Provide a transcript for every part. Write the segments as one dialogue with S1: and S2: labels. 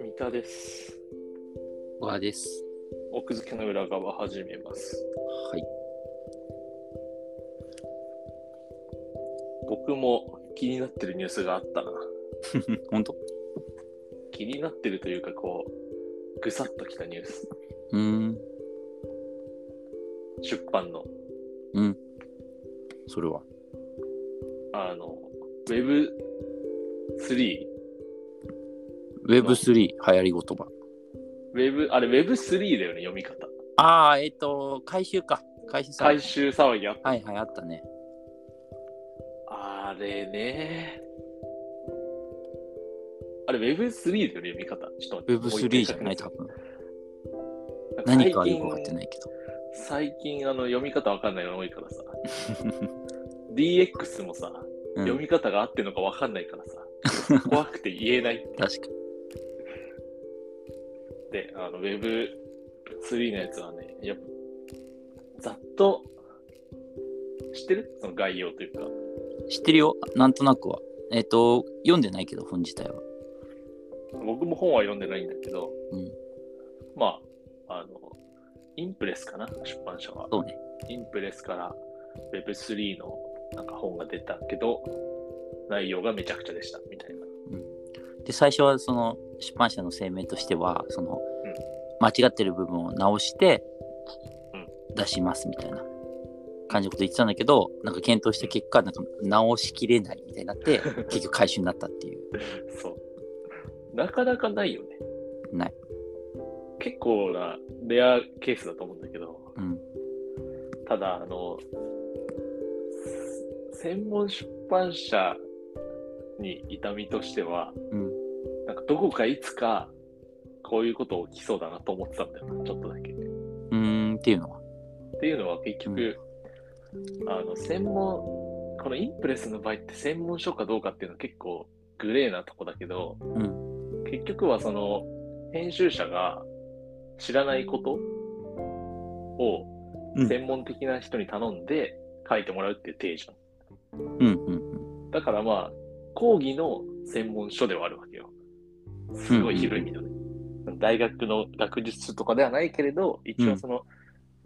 S1: 三田です。
S2: 小川です。
S1: 奥付けの裏側始めます。
S2: はい。
S1: 僕も気になってるニュースがあったな。
S2: 本当
S1: 気になってるというか、こう、ぐさっときたニュース。
S2: うーん。
S1: 出版の、
S2: うん。それは。
S1: あの、Web3、
S2: Web3 流行り言葉。
S1: Web、あれ Web3 だよね、読み方。
S2: ああ、えっ、と、回収か。回収さ
S1: 最終騒ぎあっ
S2: はいはい、あったね。
S1: た。あれね。あれ Web3 だよね、読み方。ちょっと待って
S2: Web3 じゃない、多。分。
S1: 何
S2: 何
S1: か
S2: か
S1: は
S2: は
S1: よ
S2: よ
S1: く
S2: く
S1: わ
S2: わ
S1: か
S2: か
S1: っ
S2: っててないけど。
S1: 最近あの読み方わかんないの多いから さ DX もさ、
S2: うん
S1: 読み方が合ってるのかわかんないからさ 怖くて言えないっ
S2: 確かに。
S1: てあの Web3 のやつはねやっぱざっと知ってるその概要というか
S2: 知ってるよ、なんとなくは。えっ、と、読んでないけど、本自体は。
S1: 僕も本は読んでないんだけど、
S2: うん
S1: まああのインプレスかな出版社は
S2: そうね。
S1: インプレスから Web3 のなんか本が出たけど内容がめちゃくちゃでしたみたいな
S2: で、最初は、その、出版社の声明としては、その、
S1: ん
S2: 間違ってる部分を直して
S1: うん、
S2: 出しますみたいな感じのこと言ってたんだけど、なんか検討した結果、なんか直しきれないみたいに なって、結局回収になったっていう。
S1: そう。なかなかないよね。
S2: ない。
S1: 結構なレアケースだと思うんだけど、
S2: うん。
S1: ただ、あの、せ専門出版社に痛みとしては、
S2: うん。
S1: なんかどこかいつか、こういうこと起きそうだなと思ってたんだよな、ちょっとだけ。っ
S2: うーんっていうのは。
S1: ていうのは結局、あの、専門、このインプレスの場合って専門書かどうかっていうのは結構グレーなとこだけど、
S2: うん。
S1: 結局はその編集者が知らないことを
S2: うん
S1: 専門的な人に頼んで書いてもらうっていう提示、
S2: うんうん
S1: だからまあ講義の専門書ではあるわけよすごい広い意味だね、大学の学術とかではないけれど一応その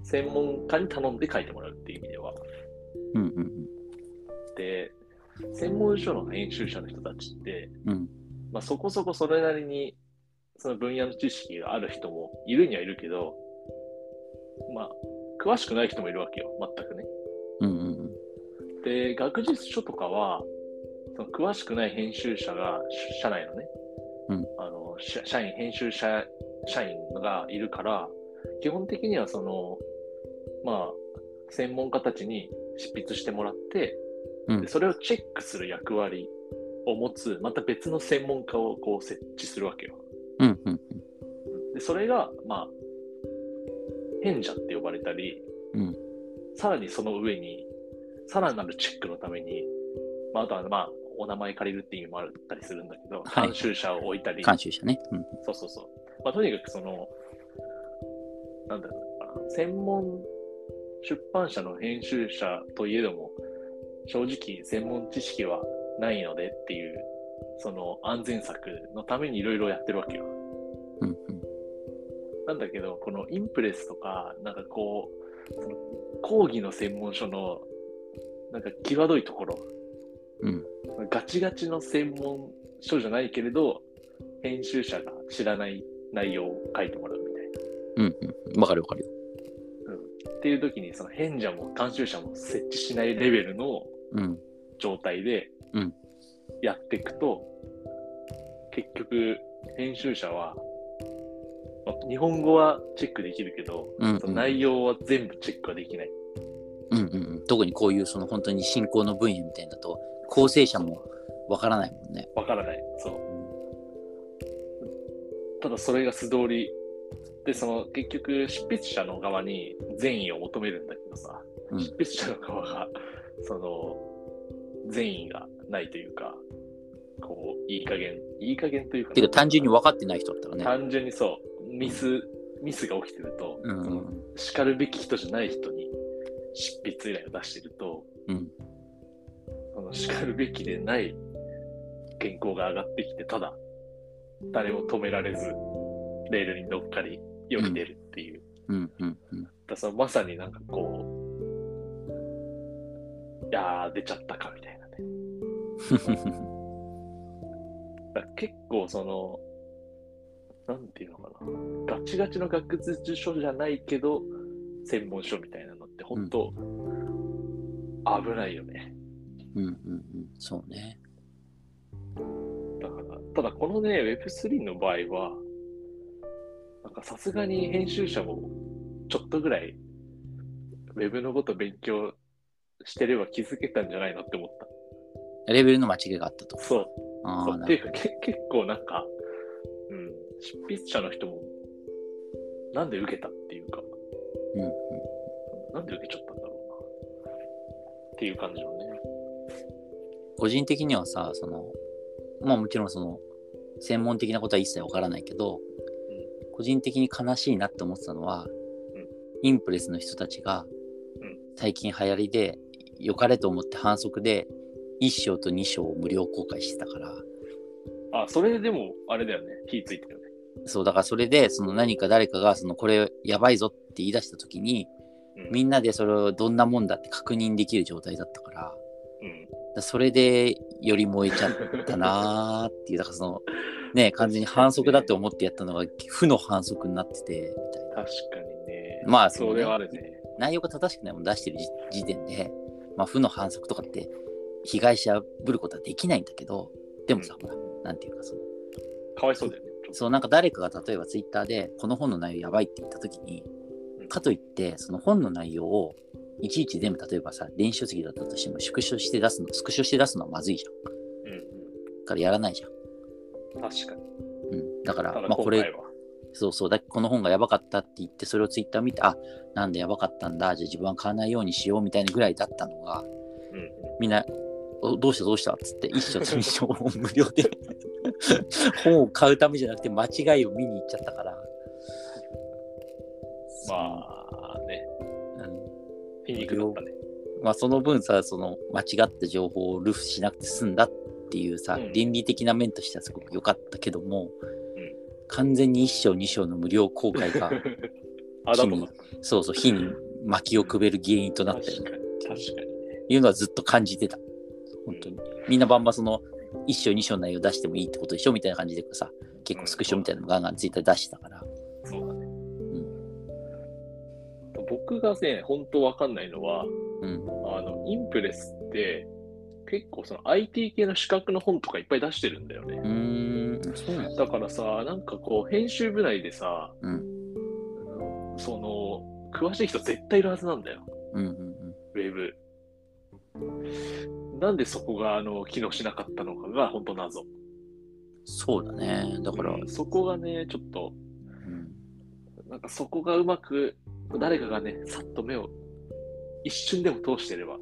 S1: 専門家に頼んで書いてもらうっていう意味では
S2: うん。うんうん
S1: で専門書の編集者の人たちって、
S2: うん
S1: まあ、そこそこそれなりにその分野の知識がある人もいるにはいるけど、まあ、詳しくない人もいるわけよ、全くね。
S2: うん。うんうん
S1: で、学術書とかは、その詳しくない編集者が、し社内のね、
S2: うん
S1: あの社社員、編集者、社員がいるから、基本的にはその、まあ、専門家たちに執筆してもらって、
S2: うん
S1: でそれをチェックする役割を持つ、また別の専門家をこう設置するわけよ。
S2: うんうん
S1: でそれが、まあ、変者って呼ばれたり、
S2: うん
S1: さらにその上に、さらなるチェックのために、まあ、あとは、まあ、お名前借りるっていう意味もあったりするんだけど、
S2: はい
S1: 監修者を置いた
S2: う
S1: り
S2: ん。、監修者ね。うん
S1: そうそうそう。まあ、とにかくその、なんだろうな、専門出版社の編集者といえども、正直専門知識はないのでっていう、その安全策のためにいろいろやってるわけよ。
S2: うん
S1: なんだけど、このインプレスとか、なんかこう、その講義の専門書の、なんか際どいところ、
S2: うん
S1: ガチガチの専門書じゃないけれど、編集者が知らない内容を書いてもらうみたい
S2: うんうんうん。わかるわかるよ。
S1: な。っていう時に、その編者も監修者も設置しないレベルの
S2: うん。
S1: 状態で
S2: うん
S1: やっていくと、結局、編集者は、まあ日本語はチェックできるけど、
S2: うん
S1: そ
S2: うん
S1: の内容は全部チェックはできない。
S2: うんうんうん。特にこういうその本当に信仰の分野みたいなのだと構成者もわからないもんね。
S1: わからない。そう。ただそれが素通り。で、その結局、執筆者の側に善意を求めるんだけどさ、
S2: うん
S1: 執筆者の側が、その、善意がないというか、こう、いい加減、いい加減というか、
S2: てか単純に分かってない人だったらね。
S1: 単純にそう、ミス、ミスが起きてると、
S2: うん
S1: そうの
S2: ん
S1: 叱るべき人じゃない人に執筆依頼を出してると、
S2: うん
S1: の、叱るべきでない原稿が上がってきて、ただ、誰も止められず、レールに乗っかり、より出るっていう。
S2: うんうんうん。
S1: だからそのまさになんかこう、いやー、出ちゃったかみたいなね。だから結構その、なんていうのかな、ガチガチの学術書じゃないけど、専門書みたいなのって、本当、危ないよね。
S2: うんうんうん。そうね。
S1: だから、ただこのね、Web3 の場合は、なんかさすがに編集者もちょっとぐらい、Web のこと勉強してれば気づけたんじゃないのって思った。
S2: レベルの間違いがあったと。
S1: そう。
S2: あ
S1: そ
S2: あ、
S1: うっ
S2: な
S1: ていう
S2: る
S1: かけ 結構なんか、うん、執筆者の人も、なんで受けたっていうか、
S2: ほど。うんうん。
S1: なんで受けちゃったんだろうな。っていう感じのね。
S2: 個人的にはさそのまあもちろんその専門的なことは一切わからないけど、個人的に悲しいなって思ってたのは、
S1: ん
S2: インプレスの人たちが、
S1: うん
S2: 最近流行りで良かれと思って反則で1章と2章を無料公開してたから
S1: あ、それでも、あれだよね。火ついてるよね。
S2: そうだからそれでその何か誰かがそのこれやばいぞって言い出した時に
S1: うん
S2: みんなでそれをどんなもんだって確認できる状態だったからだか
S1: うん。
S2: らそれでより燃えちゃっだなーっていう、だからその、 ね、完全に反則だって思ってやったのが、負の反則になってて、みたいな。
S1: 確かにね。
S2: まあ
S1: それはあるね。
S2: 内容が正しくないものを出してる時時点で、まあ、負の反則とかって、被害者ぶることはできないんだけど、でもさ、ほら、なんていうか、その、
S1: かわいそうだよね。ちょっ
S2: そう、なんか誰かが例えばツイッターで、この本の内容やばいって言った時に
S1: うん、
S2: かといって、その本の内容を、いちいち全部例えばさ、電子書籍だったとしても、縮小して出すの、スクショして出すのはまずいじゃん。だ
S1: と
S2: からやらないじゃん。
S1: うんうん。確かに。
S2: うん。だから、
S1: ただ
S2: まあ、こ
S1: 今
S2: れ、
S1: 回は。
S2: そうそうだこの本がやばかったって言ってそれをツイッター見てあなんでやばかったんだじゃあ自分は買わないようにしようみたいなぐらいだったのが
S1: うんうん。
S2: みんなおどうしたどうしたっつって一 緒と一緒無料で 本を買うためじゃなくて間違いを見に行っちゃったから
S1: まあね。
S2: あ、うん
S1: 皮肉だったね。
S2: まあ、その分さその間違った情報をルフしなくて済んだっていうさ、
S1: うん
S2: 倫理的な面としてはすごく良かったけども、
S1: うん
S2: 完全に1章2章の無料公開が
S1: あ、だと思った。
S2: そうそう火に薪をくべる原因となったよね
S1: 確かに。確かにね。
S2: いうのはずっと感じてた。本当に。みんなバンバンその、1章2章内容出してもいいってことでしょみたいな感じでさ、結構スクショみたいなのガンガンツイッターで出してたから。
S1: そうだね。僕がね、本当わかんないのは、
S2: うん。
S1: あの、インプレスって、結構その IT 系の資格の本とかいっぱい出してるんだよね
S2: う。ーん。そうなの
S1: だからさ、なんかこう、編集部内でさ、
S2: う
S1: その、詳しい人絶対いるはずなんだよ、
S2: うんうん
S1: ウェブ。なんでそこが、あの、機能しなかったのかが、本当謎。
S2: うん。そうだね。だから、
S1: そこがね、ちょっと、
S2: うん
S1: なんかそこがうまく、誰かがね、さっと目を一瞬でも通してれば、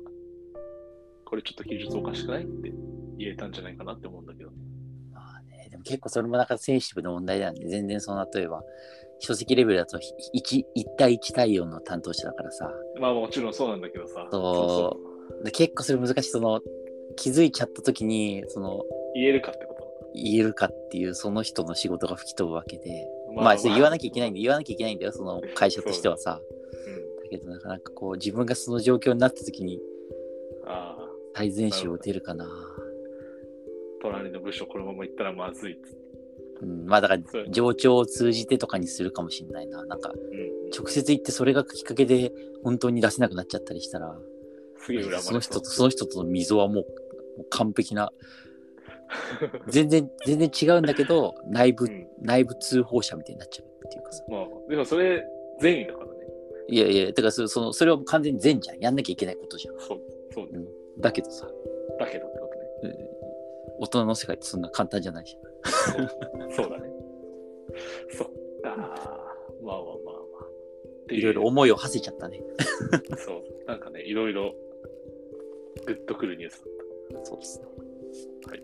S1: これちょっと技術おかしくないって言えたんじゃないかなって思うんだけど。
S2: まあね、でも結構それもなんかセンシティブな問題なんで、全然その、例えば、書籍レベルだと1、一対1対応の担当者だからさ、
S1: まあもちろんそうなんだけどさ、
S2: そうで結構それ難しい、その、気づいちゃった時に、その、
S1: 言えるかってこと。
S2: 言えるかっていう、その人の仕事が吹き飛ぶわけで、
S1: ま
S2: まあ、それ言わなきゃいけない
S1: い。
S2: んで、言わなきゃいけないんだよ、その会社としてはさ。
S1: うん
S2: だけど、なかなかこう、自分がその状況になった時に、
S1: ああ、
S2: 最善手を打てるかな。
S1: 隣の部署このまま行ったらまずいっつって。
S2: うん、まあ、だから
S1: そう、
S2: 上長を通じてとかにするかもしれないな。なんか、
S1: うん
S2: 直接行ってそれがきっかけで、本当に出せなくなっちゃったりしたら、
S1: すげえ恨まれ
S2: その人と、その人との溝はもう、もう完璧 な、全然、全然違うんだけど、内
S1: う
S2: 部、
S1: ん、
S2: 内部通報者みたいになっちゃうっていうかさ。
S1: まあ、でもそれ善意だからね。
S2: いやいや、だからそ、その、それは完全に善じゃん。やんなきゃいけないことじゃん。
S1: そう、そうね
S2: だけどさ、
S1: だけどってことね。
S2: 大人の世界ってそんな簡単じゃないし。
S1: そうだね。そっか。まあまあまあまあ。ってう
S2: いろいろ思いを馳せちゃったね。
S1: そう。なんかね、いろいろ、グッとくるニュースだっ
S2: そうですね。
S1: はい。